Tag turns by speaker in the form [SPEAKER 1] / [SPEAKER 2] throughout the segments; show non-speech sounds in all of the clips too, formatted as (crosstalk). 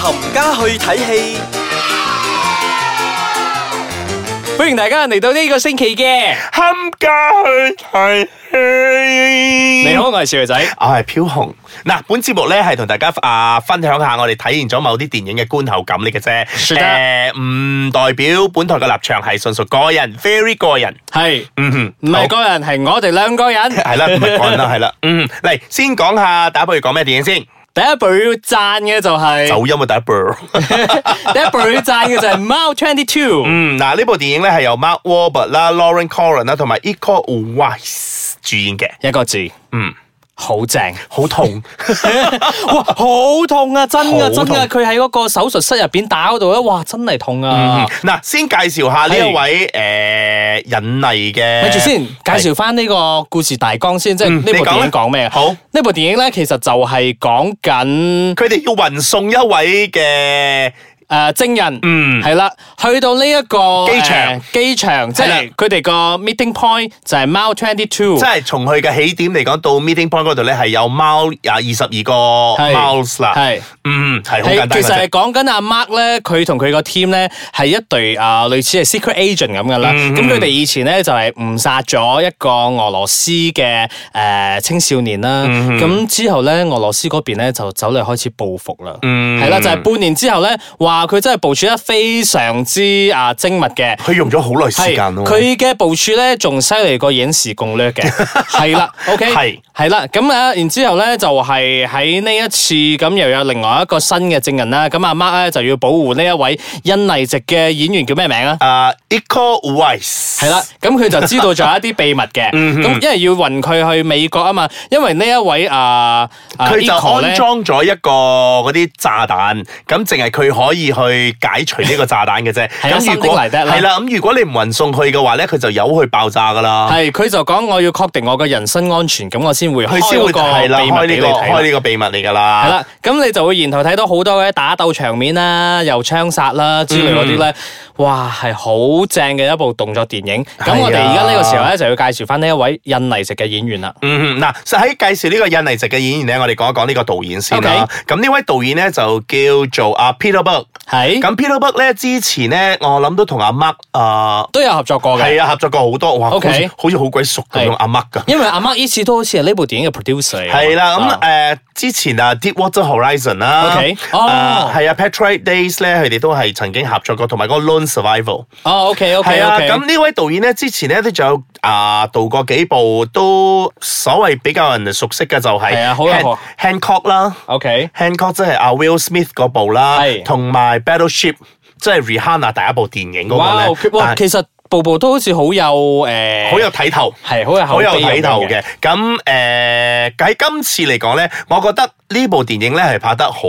[SPEAKER 1] 冚家去睇戲，
[SPEAKER 2] 歡迎大家嚟到呢個星期嘅，
[SPEAKER 3] 冚家去睇戲。
[SPEAKER 2] 你好，，我係小女仔。
[SPEAKER 3] 我係飄紅。嗱，本節目咧係同大家啊分享下我哋睇完咗某啲電影嘅觀後感嚟嘅啫。
[SPEAKER 2] 是的
[SPEAKER 3] 誒唔代表本台嘅立場係純屬個人，very 個人。
[SPEAKER 2] 係，
[SPEAKER 3] 嗯哼，
[SPEAKER 2] 唔係
[SPEAKER 3] 好
[SPEAKER 2] 個人，係我哋兩個人。
[SPEAKER 3] 係啦，唔係個 (laughs) 人啦，係啦。嗯，嚟先講下第一部要講咩電影先。
[SPEAKER 2] 第一部要讚嘅就係，
[SPEAKER 3] 走音啊，第 (laughs) 一部。
[SPEAKER 2] 第一部要讚嘅就係《Mile Twenty Two》。
[SPEAKER 3] 嗯，嗱呢部電影咧係由 Mark Wahlberg 啦、Lauren Corran 啦同埋 Iko Uwais 主演嘅。
[SPEAKER 2] 一個字，
[SPEAKER 3] 嗯，
[SPEAKER 2] 好正。
[SPEAKER 3] 好痛。
[SPEAKER 2] (laughs) 哇，好痛啊！真噶，
[SPEAKER 3] 好
[SPEAKER 2] 真
[SPEAKER 3] 痛
[SPEAKER 2] 噶，佢喺嗰個手術室入邊打嗰度咧，哇，真係痛啊！
[SPEAKER 3] 嗯嗱，先介紹下呢一位诶引嚟嘅，
[SPEAKER 2] 咪住先，介紹翻呢個故事大綱先，即係
[SPEAKER 3] 嗯
[SPEAKER 2] 呢部
[SPEAKER 3] 你講
[SPEAKER 2] 電
[SPEAKER 3] 啦
[SPEAKER 2] 影講咩啊？
[SPEAKER 3] 好，
[SPEAKER 2] 呢部電影咧，其實就係講緊
[SPEAKER 3] 佢哋要運送一位嘅，
[SPEAKER 2] 诶精呃人，
[SPEAKER 3] 嗯
[SPEAKER 2] 係啦，去到呢一個
[SPEAKER 3] 機場
[SPEAKER 2] 呃機場即
[SPEAKER 3] 係啦
[SPEAKER 2] 係佢哋個 meeting point 就係 Mile Twenty Two
[SPEAKER 3] 即。係從佢嘅起點嚟講，到 meeting point 嗰度咧係有貓啊二十二個
[SPEAKER 2] 係
[SPEAKER 3] mouse 啦，
[SPEAKER 2] 係
[SPEAKER 3] 嗯係好簡
[SPEAKER 2] 係，
[SPEAKER 3] 單
[SPEAKER 2] 其
[SPEAKER 3] 嘅
[SPEAKER 2] 實係
[SPEAKER 3] 啫，
[SPEAKER 2] 講緊阿 Mark 咧，佢同佢個 team 咧係一隊啊、類似係 secret agent 咁噶啦。
[SPEAKER 3] 嗯
[SPEAKER 2] 咁佢哋以前咧就係誤殺咗一個俄羅斯嘅誒、呃青少年啦。
[SPEAKER 3] 嗯
[SPEAKER 2] 咁、之後咧，俄羅斯嗰邊咧就走嚟開始報復啦。
[SPEAKER 3] 嗯
[SPEAKER 2] 係啦、就係、半年之後咧，話佢真係部署得非常之啊精密嘅。
[SPEAKER 3] 佢用咗好耐時
[SPEAKER 2] 係
[SPEAKER 3] 間咯，
[SPEAKER 2] 佢嘅部署咧仲犀利過影視攻略嘅，
[SPEAKER 3] (laughs)
[SPEAKER 2] 係啦，OK，
[SPEAKER 3] 係
[SPEAKER 2] 係啦，咁啊，然之後咧就係喺呢一次咁又有另外一個新嘅證人啦，咁阿啊 Mark 咧就要保護呢一位印尼籍嘅演員叫咩名啊？
[SPEAKER 3] 啊 Iko Uwais
[SPEAKER 2] 係啦，，咁佢就知道咗一啲秘密
[SPEAKER 3] (laughs)
[SPEAKER 2] 嘅，
[SPEAKER 3] 嗯
[SPEAKER 2] 咁因為要運佢去美國啊嘛，因為呢一位啊，啊
[SPEAKER 3] 佢就
[SPEAKER 2] Eco 呢
[SPEAKER 3] 安裝咗一個嗰啲炸彈，咁淨係佢可以去解除呢個炸彈嘅啫。
[SPEAKER 2] (laughs) 係啦啊
[SPEAKER 3] 咁如果
[SPEAKER 2] something like that 啦
[SPEAKER 3] 係啦，咁如果你唔運送佢嘅話咧，佢就由佢爆炸噶啦。
[SPEAKER 2] 係佢就講我要確定我嘅人身安全，咁我先會
[SPEAKER 3] 佢
[SPEAKER 2] 啊開
[SPEAKER 3] 先
[SPEAKER 2] 嗰
[SPEAKER 3] 會
[SPEAKER 2] 個
[SPEAKER 3] 係啦，
[SPEAKER 2] 秘密
[SPEAKER 3] 開呢
[SPEAKER 2] 俾
[SPEAKER 3] 個
[SPEAKER 2] 你睇啦
[SPEAKER 3] 開呢個秘密嚟㗎啦。
[SPEAKER 2] 系啦，咁你就會沿途睇到好多嘅打鬥場面啦，又槍殺啦之類嗰啲咧，哇，係好正嘅一部動作電影。
[SPEAKER 3] 嗯係
[SPEAKER 2] 咁
[SPEAKER 3] 啊
[SPEAKER 2] 我哋而家呢個時候咧就要介紹翻呢一位印尼籍嘅演員啦。
[SPEAKER 3] 嗯，嗯嗱，實喺介紹呢個印尼籍嘅演員咧，我哋講一講呢個導演先啦。咁呢位導演咧就叫做阿 Peter Berg。
[SPEAKER 2] 係
[SPEAKER 3] 咁 Peter Berg 咧之前咧，我諗都同阿 Mark 啊，
[SPEAKER 2] 都有合作過嘅，
[SPEAKER 3] 係啊合作過好多，哇
[SPEAKER 2] OK
[SPEAKER 3] 好似好似好鬼熟咁
[SPEAKER 2] 係
[SPEAKER 3] 樣阿 Mark 㗎。
[SPEAKER 2] 因為阿 Mark 呢次都好似係呢部電影嘅 producer 嚟㗎嘛。
[SPEAKER 3] 係啦，咁
[SPEAKER 2] 啊
[SPEAKER 3] 誒之前啊，Deep Water Horizon 啦
[SPEAKER 2] OK，哦
[SPEAKER 3] 啊係啊，Patriot Days 咧，佢哋都係曾經合作過，同埋嗰個 Lone Survival。
[SPEAKER 2] 哦，OK
[SPEAKER 3] 係
[SPEAKER 2] OK
[SPEAKER 3] 啊，
[SPEAKER 2] OK，
[SPEAKER 3] 咁呢位導演咧，之前咧都仲有啊導過幾部都所謂比較人熟悉嘅就係
[SPEAKER 2] 係啊好有
[SPEAKER 3] Han- Hancock 啦
[SPEAKER 2] OK
[SPEAKER 3] ，Hancock 即係阿 Will Smith 嗰部啦
[SPEAKER 2] 係，
[SPEAKER 3] 同埋 Battleship 即係 Rihanna 第一部電影
[SPEAKER 2] 哇
[SPEAKER 3] 嗰個咧，
[SPEAKER 2] 哇，
[SPEAKER 3] 但係
[SPEAKER 2] 其實部部都好似好有誒，
[SPEAKER 3] 好有睇頭。
[SPEAKER 2] 係好有
[SPEAKER 3] 好有
[SPEAKER 2] 口碑咁
[SPEAKER 3] 睇頭
[SPEAKER 2] 樣
[SPEAKER 3] 嘅，咁誒喺今次嚟講咧，我覺得呢部電影咧係拍得好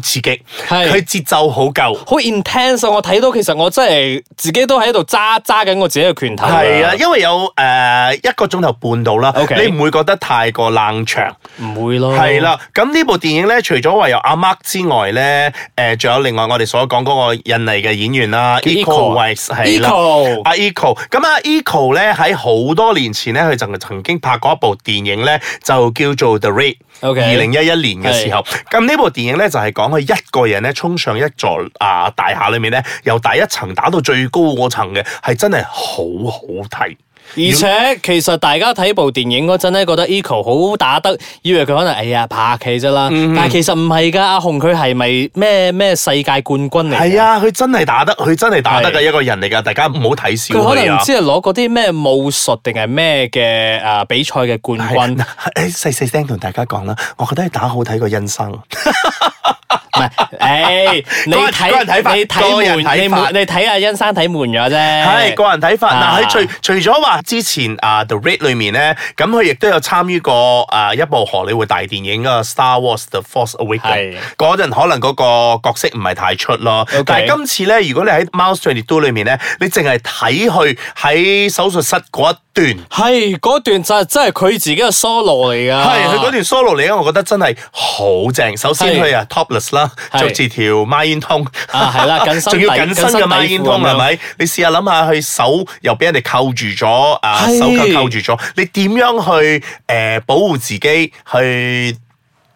[SPEAKER 3] 刺激，
[SPEAKER 2] 係
[SPEAKER 3] 佢節奏好夠，
[SPEAKER 2] 好 intense 啊！我睇到其實我真係自己都喺度揸揸緊我自己嘅拳頭。
[SPEAKER 3] 係啊，，因為有誒、呃一個鐘頭半到啦
[SPEAKER 2] OK 哦
[SPEAKER 3] 你唔會覺得太過冷場。
[SPEAKER 2] 唔會咯。
[SPEAKER 3] 係，啦，咁呢部電影咧，除咗話有阿 Mark 之外咧，誒、仲有另外我哋所講嗰個印尼嘅演員啦
[SPEAKER 2] 叫
[SPEAKER 3] ，Eco
[SPEAKER 2] Eco 啊
[SPEAKER 3] Wise 係啦。
[SPEAKER 2] Eco
[SPEAKER 3] 阿 Eco，咁啊 Eco 咧喺好多年前咧，佢曾曾經拍過一部電影咧，就叫做 The Raid。
[SPEAKER 2] OK
[SPEAKER 3] 二零一一年嘅時候，咁呢部電影咧就係講佢一個人咧衝上一座啊大廈裏面咧，由第一層打到最高嗰層嘅，係真係好好睇。
[SPEAKER 2] 而且其實大家睇部電影嗰陣咧，覺得 Eco 好打得，以為佢可能哎呀拍戲啫啦，
[SPEAKER 3] 嗯
[SPEAKER 2] 但係其實唔係㗎。阿紅佢係咪咩咩世界冠軍嚟？
[SPEAKER 3] 係，啊，佢真係打得，佢真係打得嘅
[SPEAKER 2] 係
[SPEAKER 3] 一個人嚟㗎，大家唔好睇小
[SPEAKER 2] 佢可
[SPEAKER 3] 佢
[SPEAKER 2] 能
[SPEAKER 3] 啊
[SPEAKER 2] 唔。知係攞嗰啲咩武術定係咩嘅誒比賽嘅冠軍，
[SPEAKER 3] (laughs) 嗱，誒細細聲同大家講啦，我覺得係打好睇過恩生。
[SPEAKER 2] 唔係
[SPEAKER 3] (laughs)
[SPEAKER 2] 誒你
[SPEAKER 3] 個人個人睇法
[SPEAKER 2] 睇你睇
[SPEAKER 3] 個人睇法
[SPEAKER 2] 悶你悶你睇阿欣生睇悶咗啫，
[SPEAKER 3] 係個人睇法。
[SPEAKER 2] 啊
[SPEAKER 3] 嗱，佢除除咗話之前啊《The Raid》裏面咧，咁佢亦都有參與過啊一部荷里活大電影啊《Star Wars: The Force Awakens
[SPEAKER 2] 係》。
[SPEAKER 3] 嗰陣可能嗰個角色唔係太出咯
[SPEAKER 2] OK
[SPEAKER 3] 但係今次咧，如果你喺《Mouse Twenty Two》裏面咧，你淨係睇佢喺手術室嗰一段。
[SPEAKER 2] 係嗰段就真係佢自己嘅 solo 嚟噶，
[SPEAKER 3] 係佢嗰段 solo 嚟嘅，啊我覺得真係好正。首先
[SPEAKER 2] 係
[SPEAKER 3] 佢啊 topless 啦，
[SPEAKER 2] 係
[SPEAKER 3] 着住條孖煙通，
[SPEAKER 2] 啊係
[SPEAKER 3] (laughs)
[SPEAKER 2] 啦緊身
[SPEAKER 3] 仲要
[SPEAKER 2] 底
[SPEAKER 3] 緊身
[SPEAKER 2] 緊
[SPEAKER 3] 嘅
[SPEAKER 2] 身底
[SPEAKER 3] 孖煙通
[SPEAKER 2] 褲咁樣啊
[SPEAKER 3] 係咪？你試下諗下，佢手又俾人哋扣住咗，啊
[SPEAKER 2] 係
[SPEAKER 3] 手扣扣住咗，你點樣去誒保護自己去？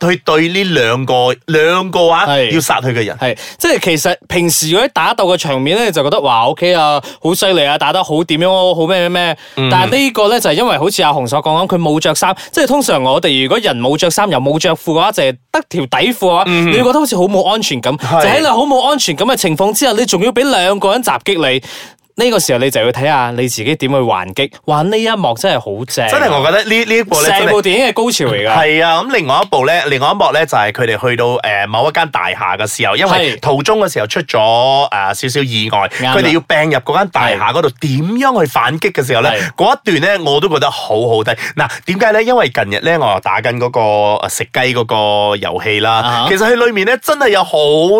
[SPEAKER 3] 去對呢兩個兩個啊
[SPEAKER 2] 係
[SPEAKER 3] 要殺佢嘅人。
[SPEAKER 2] 系，即係其實平時嗰啲打鬥嘅場面咧，就覺得哇 OK 啊，好犀利啊，打得好點樣，好咩咩咩。
[SPEAKER 3] 嗯
[SPEAKER 2] 但係呢個咧就係因為好似阿紅所講咁，佢冇着衫，即係通常我哋如果人冇着衫又冇着褲嘅話，就係得條底褲嘅話，你會覺得好似好冇安全感。就
[SPEAKER 3] 嗯係
[SPEAKER 2] 喺你好冇安全感嘅情況之下，你仲要俾兩個人襲擊你。呢個時候你就要睇下你自己點去還擊，哇！呢一幕真係好正，
[SPEAKER 3] 真係我覺得呢呢一部咧真
[SPEAKER 2] 成
[SPEAKER 3] 係
[SPEAKER 2] 部電影嘅高潮嚟㗎。
[SPEAKER 3] 係啊，咁另外一部咧，另外一幕咧就係佢哋去到诶、呃某一間大廈嘅時候，因為
[SPEAKER 2] 係
[SPEAKER 3] 途中嘅時候出咗诶少少意外，
[SPEAKER 2] 啦
[SPEAKER 3] 佢哋要病入嗰間大廈嗰度，點樣去反擊嘅時候咧，
[SPEAKER 2] 係
[SPEAKER 3] 嗰一段咧我都覺得好好睇。嗱，點解咧？因為近日咧我又打緊嗰、個呃食雞嗰個遊戲啦
[SPEAKER 2] 啊，哈
[SPEAKER 3] 其實佢裏面咧真係有好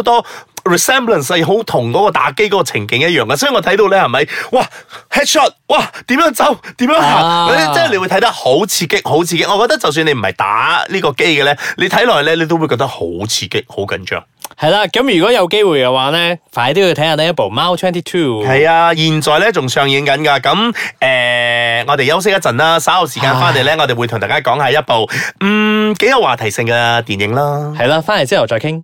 [SPEAKER 3] 多。resemblance 係好同嗰個打機嗰個情景一樣嘅，所以我睇到咧係咪哇 headshot 哇點樣走點樣行，
[SPEAKER 2] 啊
[SPEAKER 3] 即係你會睇得好刺激，好刺激。我覺得就算你唔係打呢個機嘅咧，你睇落去咧，你都會覺得好刺激，好緊張。
[SPEAKER 2] 係啦，咁如果有機會嘅話咧，快啲去睇下呢一部《貓 Twenty Two》。
[SPEAKER 3] 係啊，現在咧仲上映緊㗎。咁诶、呃我哋休息一陣啦，稍後時間翻嚟咧，我哋會同大家講下一部嗯幾有話題性嘅電影啦。
[SPEAKER 2] 系啦，翻嚟之後再傾。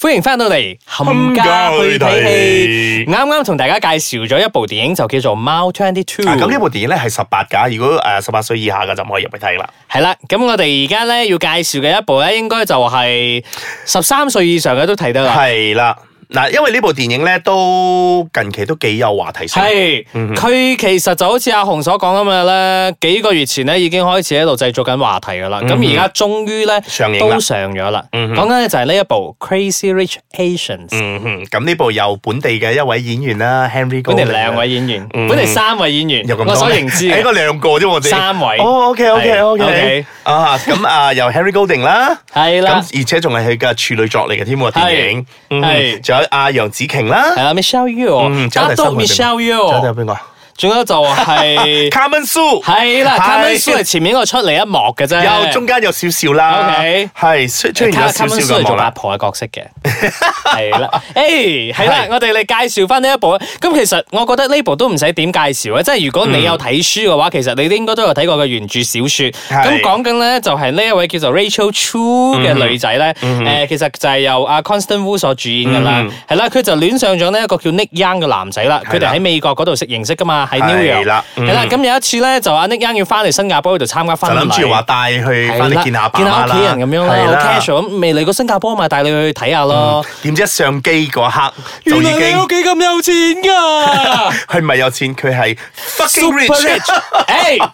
[SPEAKER 2] 歡迎翻到嚟，冚家去睇戲。啱啱同大家介紹咗一部電影，就叫做《貓 Twenty Two》。
[SPEAKER 3] 啊咁呢部電影咧係十八㗎，如果诶十八歲以下嘅就唔可以入去睇啦。
[SPEAKER 2] 系啦，咁我哋而家咧要介紹嘅一部咧，應該就
[SPEAKER 3] (laughs)
[SPEAKER 2] 係十三歲以上嘅都睇得啦。
[SPEAKER 3] 係啦，嗱，因為呢部電影咧都近期都幾有話題性。
[SPEAKER 2] 係，
[SPEAKER 3] 嗯
[SPEAKER 2] 佢其實就好似阿紅所講咁嘅咧，幾個月前咧已經開始喺度製作緊話題噶啦。咁而家終於咧
[SPEAKER 3] 嗯上映啦
[SPEAKER 2] 都上咗啦。
[SPEAKER 3] 嗯哼
[SPEAKER 2] 講緊咧就係呢一部《Crazy Rich Asians》。
[SPEAKER 3] 嗯哼，咁呢部有本地嘅一位演員啦，Henry
[SPEAKER 2] 本
[SPEAKER 3] 嚟
[SPEAKER 2] 嚟兩位演員，
[SPEAKER 3] 嗯
[SPEAKER 2] 本嚟三位演員，
[SPEAKER 3] 有咁多
[SPEAKER 2] 我所認知
[SPEAKER 3] 誒
[SPEAKER 2] 嘅
[SPEAKER 3] 嗰兩個啫，我哋
[SPEAKER 2] 三位
[SPEAKER 3] 哦，OK，OK，OK，
[SPEAKER 2] 係，OK
[SPEAKER 3] 啊，咁啊，由 Henry Golding 啦，
[SPEAKER 2] 係啦，
[SPEAKER 3] 咁而且仲係佢嘅處女作嚟嘅添喎，
[SPEAKER 2] 係
[SPEAKER 3] 電影，嗯
[SPEAKER 2] 係
[SPEAKER 3] 仲有阿楊紫瓊啦
[SPEAKER 2] 係，啦，Michelle
[SPEAKER 3] 嗯
[SPEAKER 2] Yeoh，
[SPEAKER 3] 仲有
[SPEAKER 2] 加
[SPEAKER 3] 第
[SPEAKER 2] 多
[SPEAKER 3] 三位
[SPEAKER 2] Michelle
[SPEAKER 3] 仲
[SPEAKER 2] Yeoh，
[SPEAKER 3] 有邊個啊
[SPEAKER 2] 仲有就
[SPEAKER 3] (laughs)
[SPEAKER 2] 係
[SPEAKER 3] ？Carmen Su，
[SPEAKER 2] 哦係啦，
[SPEAKER 3] 係
[SPEAKER 2] 卡文蘇係前面嗰個出嚟一幕嘅啫，
[SPEAKER 3] 有中間有少少啦
[SPEAKER 2] OK
[SPEAKER 3] 係出出現咗
[SPEAKER 2] 卡
[SPEAKER 3] 少
[SPEAKER 2] 卡文蘇係
[SPEAKER 3] 少嘅幕
[SPEAKER 2] 做八
[SPEAKER 3] 啦，
[SPEAKER 2] 婆嘅角色嘅， (laughs) 係啦，誒係啦
[SPEAKER 3] 係，
[SPEAKER 2] 我哋嚟介紹翻呢一部啊。咁其實我覺得呢部都唔使點介紹啊，即係如果
[SPEAKER 3] 嗯
[SPEAKER 2] 你有睇書嘅話，其實你都應該都有睇過嘅原著小説。
[SPEAKER 3] 係
[SPEAKER 2] 咁講緊咧就係呢一位叫做 Rachel Chu 嘅女仔咧，誒其實就係由阿 Constant Wu 所主演㗎啦
[SPEAKER 3] 嗯，
[SPEAKER 2] 係啦，佢就戀上咗呢一個叫 Nick Young 嘅男仔啦，
[SPEAKER 3] 係
[SPEAKER 2] 佢
[SPEAKER 3] 啦
[SPEAKER 2] 哋喺美國嗰度識認識㗎嘛，喺 New
[SPEAKER 3] 係
[SPEAKER 2] York
[SPEAKER 3] 啦嗯
[SPEAKER 2] 係啦，咁有一次咧就阿 Nick Young 要翻嚟新加坡嗰度參加
[SPEAKER 3] 就
[SPEAKER 2] 婚禮，
[SPEAKER 3] 諗住話帶佢翻
[SPEAKER 2] 係
[SPEAKER 3] 嚟
[SPEAKER 2] 啦
[SPEAKER 3] 見下爸
[SPEAKER 2] 見
[SPEAKER 3] 媽
[SPEAKER 2] 下
[SPEAKER 3] 啦，
[SPEAKER 2] 屋企人咁樣啦，
[SPEAKER 3] 係
[SPEAKER 2] 好 casual 咁，未嚟過新加坡咪帶你去睇下咯。
[SPEAKER 3] 點知一上機嗰刻就已經
[SPEAKER 2] 企咁有錢
[SPEAKER 3] (laughs)
[SPEAKER 2] 噶
[SPEAKER 3] 佢唔係有錢，佢係 fucking
[SPEAKER 2] ，super
[SPEAKER 3] rich。
[SPEAKER 2] rich，哎，
[SPEAKER 3] (laughs)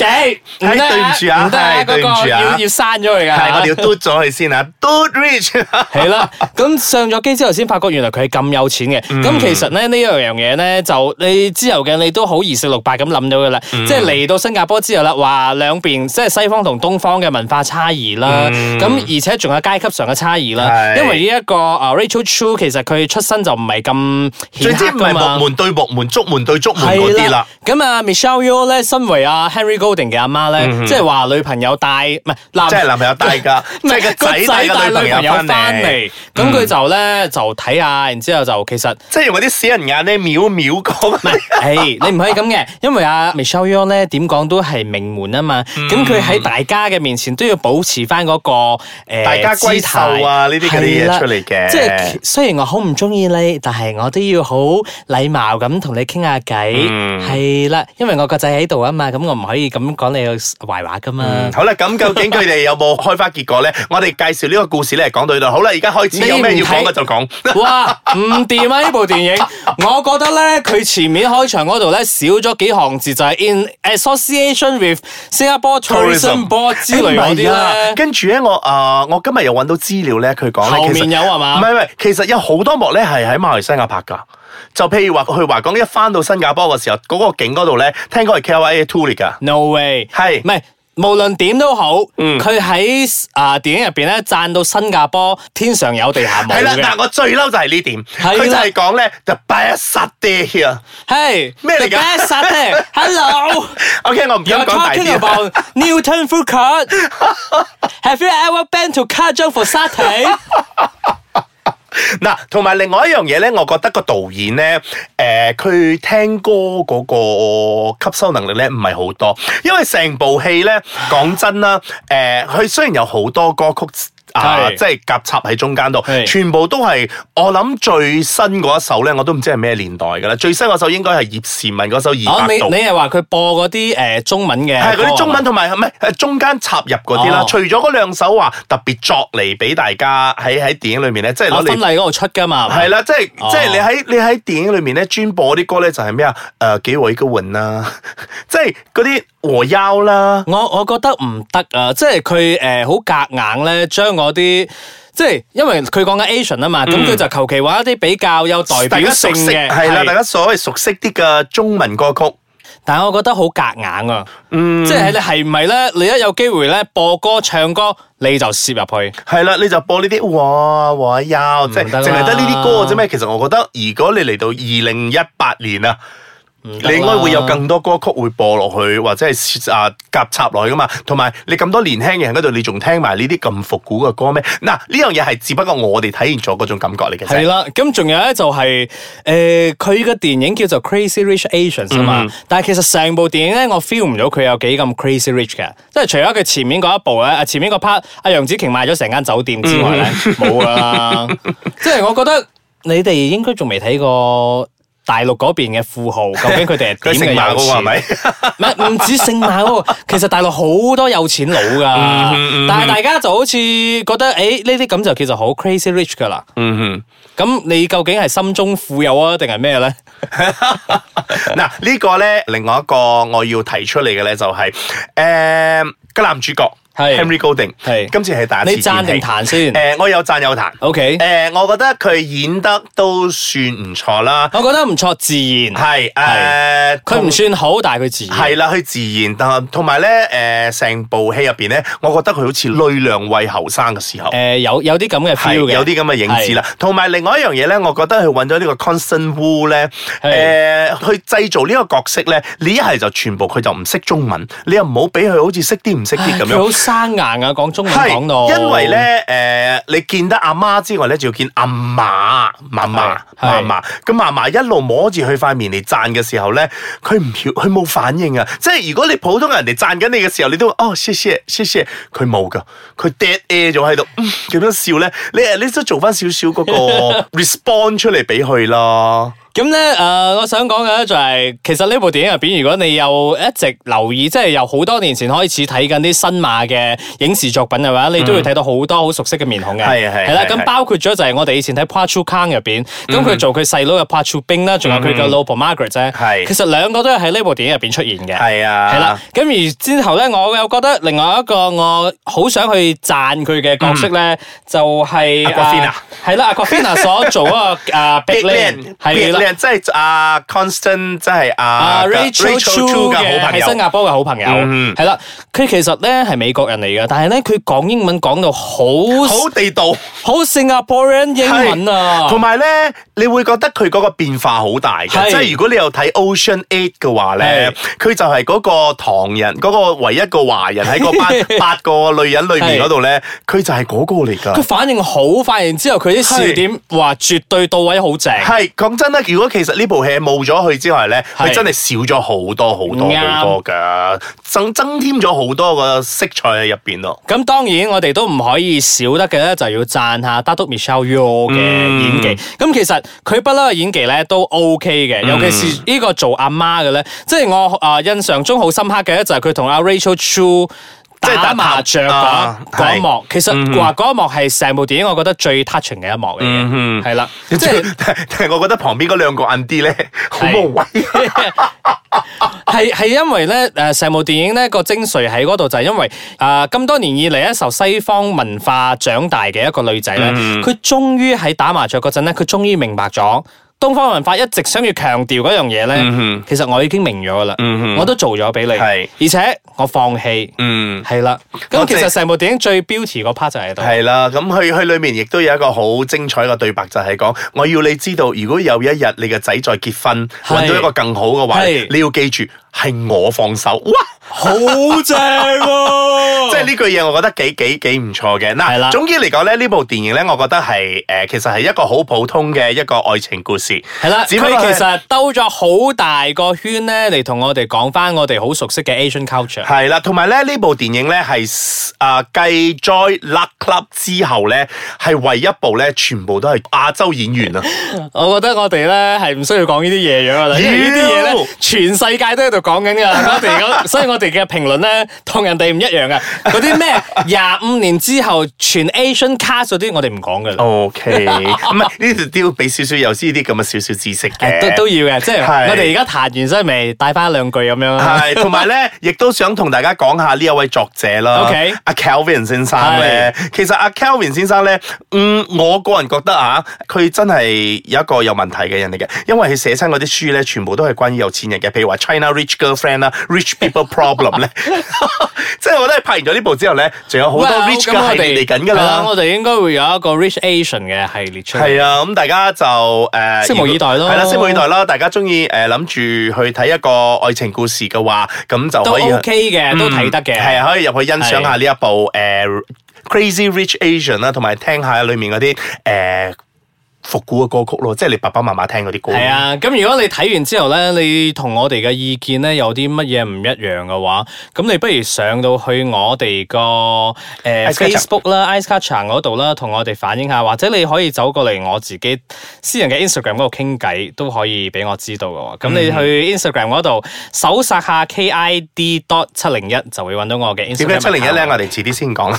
[SPEAKER 2] 頂唔得
[SPEAKER 3] 哎對唔住啊
[SPEAKER 2] 唔得
[SPEAKER 3] 哎
[SPEAKER 2] 啊，
[SPEAKER 3] 對
[SPEAKER 2] 嗰
[SPEAKER 3] 唔住啊
[SPEAKER 2] 個要要刪咗佢
[SPEAKER 3] 係，我哋
[SPEAKER 2] 㗎。
[SPEAKER 3] 要嘟咗佢先啊嘟
[SPEAKER 2] (laughs)
[SPEAKER 3] rich。
[SPEAKER 2] 係啦，咁上咗機之後先發覺原來佢係咁有錢嘅。
[SPEAKER 3] 嗯
[SPEAKER 2] 咁其實咧呢一樣嘢咧，就你之後嘅你都好二四六八咁諗到㗎啦。
[SPEAKER 3] 嗯
[SPEAKER 2] 即係嚟到新加坡之後啦，話兩邊即係西方同東方嘅文化差異啦，咁而且仲有階級上嘅差異啦。
[SPEAKER 3] 嗯係
[SPEAKER 2] 因為呢一個啊 Rachel Chu 其實佢出身就唔係咁
[SPEAKER 3] 總
[SPEAKER 2] 顯
[SPEAKER 3] 之
[SPEAKER 2] 赫
[SPEAKER 3] 唔係
[SPEAKER 2] 㗎嘛
[SPEAKER 3] 木。門對木門，竹門對竹門嗰啲啦。。
[SPEAKER 2] 咁啊，Michelle Yeoh 咧，身為阿 Henry Golding 嘅阿媽
[SPEAKER 3] 嗯
[SPEAKER 2] 咧，即係話女朋友帶唔係男，
[SPEAKER 3] 即係男朋友帶㗎，
[SPEAKER 2] (laughs)
[SPEAKER 3] 即
[SPEAKER 2] 唔
[SPEAKER 3] 係
[SPEAKER 2] 係
[SPEAKER 3] 個
[SPEAKER 2] 個
[SPEAKER 3] 仔帶
[SPEAKER 2] 仔
[SPEAKER 3] 個
[SPEAKER 2] 帶
[SPEAKER 3] 女朋
[SPEAKER 2] 女朋友
[SPEAKER 3] 友
[SPEAKER 2] 翻
[SPEAKER 3] 翻嚟，
[SPEAKER 2] 嚟，咁佢就咧就睇下，然之後就
[SPEAKER 3] (laughs)
[SPEAKER 2] 其實。
[SPEAKER 3] 即係用嗰啲死人眼咧瞄瞄
[SPEAKER 2] (laughs)
[SPEAKER 3] 講。
[SPEAKER 2] 唔係，誒，你唔可以咁嘅，因為阿 Michelle Yeoh 咧點講都係名門啊嘛，咁佢喺大家嘅面前都要保持翻嗰個誒
[SPEAKER 3] 大家閨秀啊呢啲嗰啲嘢出嚟嘅
[SPEAKER 2] 即係雖然我好唔中意你，但係我都要好禮貌咁同你傾下偈，
[SPEAKER 3] 嗯
[SPEAKER 2] 係啦，因為我個仔喺度啊嘛，咁我唔可以咁講你壞話噶嘛。
[SPEAKER 3] 好啦，咁究竟佢哋有冇開花結果咧？我哋介紹呢個故事咧，講到呢度。好啦，而家開始有咩要講嘅就講。
[SPEAKER 2] (laughs) 哇，唔掂啊！呢部電影，我覺得咧，佢前面開場嗰度咧少咗幾行字，就係、in association with Singapore Tourism
[SPEAKER 3] Tourism
[SPEAKER 2] Board 之類嗰啲
[SPEAKER 3] 哎唔係啊
[SPEAKER 2] 咧。
[SPEAKER 3] 跟住咧，我啊，我今日又揾到資料咧，佢講
[SPEAKER 2] 後
[SPEAKER 3] 咧，其實
[SPEAKER 2] 面有啊係
[SPEAKER 3] 唔
[SPEAKER 2] 嘛？
[SPEAKER 3] 係唔係，其實有好多幕咧係喺馬來西亞拍㗎。就譬如話去華港一翻到新加坡嘅時候，嗰、個景嗰度咧，聽講係 KLIA Two 嚟㗎。
[SPEAKER 2] No way，
[SPEAKER 3] 係
[SPEAKER 2] 唔係？無論點都好，
[SPEAKER 3] 嗯
[SPEAKER 2] 佢喺啊電影入邊咧讚到新加坡天上有地下冇
[SPEAKER 3] 係啦，
[SPEAKER 2] 嘅
[SPEAKER 3] 嗱，，我最嬲就係呢點，
[SPEAKER 2] 係
[SPEAKER 3] 佢
[SPEAKER 2] 啦
[SPEAKER 3] 就係講咧 the best day here。
[SPEAKER 2] 係
[SPEAKER 3] 咩嚟㗎
[SPEAKER 2] The best satay,
[SPEAKER 3] (laughs)
[SPEAKER 2] Hello。
[SPEAKER 3] OK，我唔敢
[SPEAKER 2] You're
[SPEAKER 3] 講大
[SPEAKER 2] talking
[SPEAKER 3] 啲。啊
[SPEAKER 2] about Newton Food
[SPEAKER 3] (laughs)
[SPEAKER 2] Court. Have you ever been to Kajang for satay?
[SPEAKER 3] (laughs) 嗱，同埋另外一樣嘢咧，我覺得個導演咧，誒、佢聽歌嗰個吸收能力咧唔係好多，因為成部戲咧，講真啦，誒、佢雖然有好多歌曲。啊，
[SPEAKER 2] 係
[SPEAKER 3] 即係夾插喺中間度，
[SPEAKER 2] 係
[SPEAKER 3] 全部都係我諗最新嗰一首咧，我都唔知係咩年代㗎啦。最新嗰首應該係葉倩文嗰首《
[SPEAKER 2] 哦，
[SPEAKER 3] 二百
[SPEAKER 2] 你
[SPEAKER 3] 度》。
[SPEAKER 2] 你係話佢播嗰啲誒中文嘅
[SPEAKER 3] 係嗰
[SPEAKER 2] 歌啊
[SPEAKER 3] 啲中
[SPEAKER 2] 係嘛
[SPEAKER 3] 文同埋唔係誒中間插入嗰啲啦
[SPEAKER 2] 哦，
[SPEAKER 3] 除咗嗰兩首話特別作嚟俾大家喺喺電影裏面咧，即係
[SPEAKER 2] 啊
[SPEAKER 3] 攞
[SPEAKER 2] 婚
[SPEAKER 3] 嚟
[SPEAKER 2] 禮嗰度出㗎嘛？係嘛
[SPEAKER 3] 係啦，即係
[SPEAKER 2] 哦
[SPEAKER 3] 即係你喺你喺電影裏面咧專播啲歌咧就係咩啊？誒幾位嘅魂啦，啊 (laughs) 即係嗰啲和優啦，
[SPEAKER 2] 我我覺得唔得啊，即係佢誒好夾硬咧，將嗰啲即係因為佢講緊 Asian 啊嘛，咁佢、就求其揾一啲比較有代
[SPEAKER 3] 嗯大
[SPEAKER 2] 表
[SPEAKER 3] 家
[SPEAKER 2] 性
[SPEAKER 3] 熟悉
[SPEAKER 2] 嘅
[SPEAKER 3] 係啦，
[SPEAKER 2] 係
[SPEAKER 3] 大家所謂熟悉啲嘅中文歌曲。
[SPEAKER 2] 但係我覺得好夾硬啊，
[SPEAKER 3] 嗯
[SPEAKER 2] 即係你係唔係咧？你一有機會咧播歌唱歌，你就攝入去。
[SPEAKER 3] 係啦，你就播呢啲哇哇優，即係
[SPEAKER 2] 唔得啦
[SPEAKER 3] 淨係得呢啲歌嘅啫咩？其實我覺得，如果你嚟到二零一八年啊，
[SPEAKER 2] 得啦
[SPEAKER 3] 你應該會有更多歌曲會播落去，或者係啊夾插落去噶嘛。同埋你咁多年輕人嗰度，你仲聽埋呢啲咁復古嘅歌咩？嗱，呢樣嘢係只不過我哋體現咗嗰種感覺嚟嘅
[SPEAKER 2] 係
[SPEAKER 3] 啫。
[SPEAKER 2] 啦，咁仲有咧就係、誒，佢、嘅電影叫做 Crazy Rich Asians 啊
[SPEAKER 3] 嗯
[SPEAKER 2] 嘛，但係其實成部電影咧，我 feel 唔到佢有幾咁 Crazy Rich 嘅，即係除咗佢前面嗰一部咧，啊前面個 part 阿楊紫瓊賣咗成間酒店之外咧，
[SPEAKER 3] 嗯
[SPEAKER 2] 冇㗎
[SPEAKER 3] (laughs)
[SPEAKER 2] 啦，即係我覺得你哋應該仲未睇過。大陸嗰邊嘅富豪，究竟佢哋係
[SPEAKER 3] (laughs) 佢
[SPEAKER 2] 點嘅
[SPEAKER 3] 姓馬
[SPEAKER 2] 有
[SPEAKER 3] 嗰個係
[SPEAKER 2] 錢？
[SPEAKER 3] 咪？
[SPEAKER 2] 唔係唔止姓馬嗰個，其實大陸好多有錢佬
[SPEAKER 3] 嗯
[SPEAKER 2] 噶，但係大家就好似覺得誒呢啲咁就叫做好 crazy rich 噶啦。
[SPEAKER 3] 嗯
[SPEAKER 2] (laughs)
[SPEAKER 3] 哼。
[SPEAKER 2] 咁你究竟係心中富有啊，定係咩咧？
[SPEAKER 3] 嗱，呢個咧，另外一個我要提出嚟嘅咧，就係誒個男主角
[SPEAKER 2] 係
[SPEAKER 3] Henry Golding，
[SPEAKER 2] 係
[SPEAKER 3] 今次係第一
[SPEAKER 2] 你
[SPEAKER 3] 次見
[SPEAKER 2] 贊
[SPEAKER 3] 戲
[SPEAKER 2] 定彈先
[SPEAKER 3] (laughs) 誒，我有讚有彈。
[SPEAKER 2] ？OK，
[SPEAKER 3] 誒，呃我覺得佢演得都算唔錯啦，
[SPEAKER 2] 我覺得唔錯，自然。
[SPEAKER 3] 係誒，
[SPEAKER 2] 佢唔算好，但係佢自然。
[SPEAKER 3] 係啦，佢自然，但同埋咧，誒，成部戲入邊咧，我覺得佢好似呂良偉後生嘅時候。
[SPEAKER 2] 誒有有啲咁嘅
[SPEAKER 3] 係
[SPEAKER 2] feel 嘅，
[SPEAKER 3] 有啲咁嘅影子啦，同埋另外一樣嘢咧，我覺得佢揾咗呢個 Constant Wu 咧，誒、去製造呢個角色咧，你一係就全部佢就唔識中文，你又唔好俾佢好似識啲唔識
[SPEAKER 2] 唉。
[SPEAKER 3] 啲咁
[SPEAKER 2] 佢
[SPEAKER 3] 樣。
[SPEAKER 2] 好生硬啊，講中文
[SPEAKER 3] 係
[SPEAKER 2] 講到。
[SPEAKER 3] 因為咧，誒、你見得阿媽之外咧，仲要見阿嫲、嫲嫲、嫲
[SPEAKER 2] 係
[SPEAKER 3] 嫲。咁嫲嫲一路摸住佢塊面嚟讚嘅時候咧，佢唔曉，佢冇反應啊！即係如果你普通人哋讚緊你嘅時候，你都會哦，謝謝，謝謝，佢冇噶，佢 dead air 咗喺度，嗯點、樣笑咧？你你都做翻少少
[SPEAKER 2] (laughs)
[SPEAKER 3] 嗰個 respond 出嚟俾佢咯。
[SPEAKER 2] 咁咧，誒、我想講嘅咧就係、其實呢部電影入邊，如果你有一直留意，即係由好多年前開始睇緊啲新馬嘅影視作品嘅話，你都會睇到好多好熟悉嘅面孔嘅。
[SPEAKER 3] 嗯係啊係
[SPEAKER 2] 係啦，
[SPEAKER 3] 係嗯係
[SPEAKER 2] 咁包括咗就係我哋以前睇《Part Two Kang》入邊，咁佢做佢細佬嘅 Part Two 兵啦，仲有佢嘅老婆 Margaret 啫。
[SPEAKER 3] 嗯係
[SPEAKER 2] 其實兩個都係喺呢部電影入邊出現嘅。
[SPEAKER 3] 係啊，
[SPEAKER 2] 係啦，咁而之後咧，我又覺得另外一個我好想去讚佢嘅角色咧，就係
[SPEAKER 3] 嗯 Aquafina
[SPEAKER 2] 啊係啦，Aquafina 所做嗰個啊 Big
[SPEAKER 3] Big
[SPEAKER 2] Land
[SPEAKER 3] Land，
[SPEAKER 2] 係
[SPEAKER 3] Big
[SPEAKER 2] 啦。
[SPEAKER 3] Land，即係阿 Constant，即係阿
[SPEAKER 2] 啊 Rachel Chu 嘅
[SPEAKER 3] 嘅好朋
[SPEAKER 2] 係新
[SPEAKER 3] 友。
[SPEAKER 2] 加坡嘅好朋友，
[SPEAKER 3] 嗯
[SPEAKER 2] 係啦，佢其實咧係美國人嚟嘅，但係咧佢講英文講到好
[SPEAKER 3] 好地道，
[SPEAKER 2] 好 Singaporean 英文啊，
[SPEAKER 3] 同埋咧，你會覺得佢嗰個變化好大
[SPEAKER 2] 係
[SPEAKER 3] 嘅，即係如果你有睇 Ocean Eight 嘅話咧，佢就係嗰個唐人，嗰、個唯一一個華人喺
[SPEAKER 2] (laughs)
[SPEAKER 3] 嗰班八個女人裏面嗰度咧，佢就係嗰個嚟
[SPEAKER 2] 佢
[SPEAKER 3] 㗎。
[SPEAKER 2] 反應好快，然之後佢啲笑點哇絕對到位，好正。
[SPEAKER 3] 係講真啦，如果其實呢部戲冇咗佢之外咧，
[SPEAKER 2] 係
[SPEAKER 3] 佢真係少咗好多好多
[SPEAKER 2] 啱
[SPEAKER 3] 好多㗎，增增添咗好多個色彩喺入邊咯。 (laughs)
[SPEAKER 2] 咁當然我哋都唔可以少得嘅咧，就要讚下 Dato Michelle Yeoh 嘅
[SPEAKER 3] 嗯
[SPEAKER 2] 演技。咁、其實佢不嬲嘅演技咧都 OK 嘅，
[SPEAKER 3] 嗯
[SPEAKER 2] 尤其是呢個做阿媽嘅咧，即係我啊、呃印象中好深刻嘅咧，就係佢同阿 Rachel Chu。
[SPEAKER 3] 即係打
[SPEAKER 2] 打麻雀嗰
[SPEAKER 3] 啊
[SPEAKER 2] 嗰一幕，其
[SPEAKER 3] 嗯
[SPEAKER 2] 實話嗰一幕係成部電影我覺得最 touching 嘅一幕嚟嘅，
[SPEAKER 3] 嗯
[SPEAKER 2] 係啦，即
[SPEAKER 3] 即
[SPEAKER 2] 係
[SPEAKER 3] 係，但係我覺得旁邊嗰兩個銀啲咧，好
[SPEAKER 2] 係
[SPEAKER 3] 無謂。
[SPEAKER 2] (laughs) 係係因為咧，誒成部電影咧個精髓喺嗰度就係因為誒咁多年以嚟咧受西方文化長大嘅一個女仔咧，
[SPEAKER 3] 嗯
[SPEAKER 2] 佢終於喺打麻雀嗰陣咧，佢終於明白咗。東方文化一直想要強調嗰樣嘢咧，
[SPEAKER 3] 嗯
[SPEAKER 2] 其實我已經明咗噶啦，我都做咗俾你，
[SPEAKER 3] 係
[SPEAKER 2] 而且我放棄，
[SPEAKER 3] 嗯。
[SPEAKER 2] 係啦。咁
[SPEAKER 3] 我
[SPEAKER 2] 其
[SPEAKER 3] 即係
[SPEAKER 2] 實成部電影最 beauty 嗰 part 就喺度，
[SPEAKER 3] (laughs) 係啦，咁佢佢裏面亦都有一個好精彩嘅對白，就係講我要你知道，如果有一日你嘅仔再結婚，
[SPEAKER 2] 係
[SPEAKER 3] 揾到一個更好嘅話，
[SPEAKER 2] 係
[SPEAKER 3] 你要記住係我放手。哇！
[SPEAKER 2] 好正喎！
[SPEAKER 3] 即係呢句嘢，我覺得幾幾幾唔錯嘅。
[SPEAKER 2] 哦係啦
[SPEAKER 3] 嗱，總之嚟講咧，呢部電影咧，我覺得係誒、呃其實係一個好普通嘅一個愛情故事。
[SPEAKER 2] 系啦，
[SPEAKER 3] 只不過
[SPEAKER 2] 佢
[SPEAKER 3] 係
[SPEAKER 2] 其實兜咗好大個圈咧，嚟同我哋講翻我哋好熟悉嘅 Asian culture。
[SPEAKER 3] 係啦，同埋咧呢部電影咧係啊繼 Joy Luck Club 之後咧，係唯一部咧全部都係亞洲演員啊！
[SPEAKER 2] 我覺得我哋咧係唔需要講呢啲嘢樣噶啦，因為呢啲嘢咧
[SPEAKER 3] Ew
[SPEAKER 2] 全世界都喺度講緊噶啦。我哋
[SPEAKER 3] (laughs)
[SPEAKER 2] 嗰所以我哋嘅評論咧同人哋唔一樣噶。嗰啲咩廿五年之後全 Asian cast 嗰啲，我哋唔講噶啦。(laughs)
[SPEAKER 3] O K，唔係呢度都要俾少少有呢啲咁嘅少少知識嘅，
[SPEAKER 2] 誒都都要嘅，即係
[SPEAKER 3] 係
[SPEAKER 2] 我哋而家彈完，所以咪帶翻兩句咁樣啦。
[SPEAKER 3] 係，同埋咧，亦都想同大家講下呢一位作者啦。
[SPEAKER 2] OK
[SPEAKER 3] 阿 Calvin 先生咧，其實阿 Calvin 先生咧，嗯，我個人覺得啊，佢真係有一個有問題嘅人嚟嘅，因為佢寫親嗰啲書咧，全部都係關於有錢人嘅，譬如話 China Rich Girlfriend 啦，Rich People
[SPEAKER 2] (laughs)
[SPEAKER 3] Problem 咧， (laughs) 即係我覺得拍完咗呢部之後咧，仲有好多 rich
[SPEAKER 2] 啊咁我
[SPEAKER 3] 嘅系列
[SPEAKER 2] 哋
[SPEAKER 3] 嚟緊㗎
[SPEAKER 2] 係啦
[SPEAKER 3] 啦。
[SPEAKER 2] 我哋應該會有一個 Rich Asian 嘅系列出嚟。
[SPEAKER 3] 係啊，咁大家就誒，
[SPEAKER 2] 拭目以待咯
[SPEAKER 3] 係啦，拭目以待啦。大家中意誒諗住去睇一個愛情故事嘅話，咁就
[SPEAKER 2] 都
[SPEAKER 3] 可以
[SPEAKER 2] OK 嘅，都睇得嘅。
[SPEAKER 3] 系啊，可以入去欣賞下呢一部诶、呃 Crazy Rich Asian 啦，同埋聽下裏面嗰啲诶復古嘅歌曲咯，即係你爸爸媽媽聽嗰啲歌。
[SPEAKER 2] 係，啊，咁如果你睇完之後咧，你同我哋嘅意見咧有啲乜嘢唔一樣嘅話，咁你不如上到去我哋個誒
[SPEAKER 3] Ice Kacang
[SPEAKER 2] Facebook 啦、Ice c a t c h a 嗰度啦，同我哋反映下，或者你可以走過嚟我自己私人嘅 Instagram 嗰度傾偈，都可以俾我知道嘅喎。咁
[SPEAKER 3] 嗯
[SPEAKER 2] 你去 Instagram 嗰度搜索下 KID dot 七零一就會揾到我嘅
[SPEAKER 3] 點解
[SPEAKER 2] Instagram。
[SPEAKER 3] 七零一啊咧？？我哋遲啲先講啦。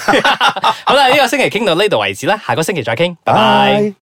[SPEAKER 2] (laughs) 好啦，呢個星期傾到呢度為止啦，下個星期再傾，拜拜。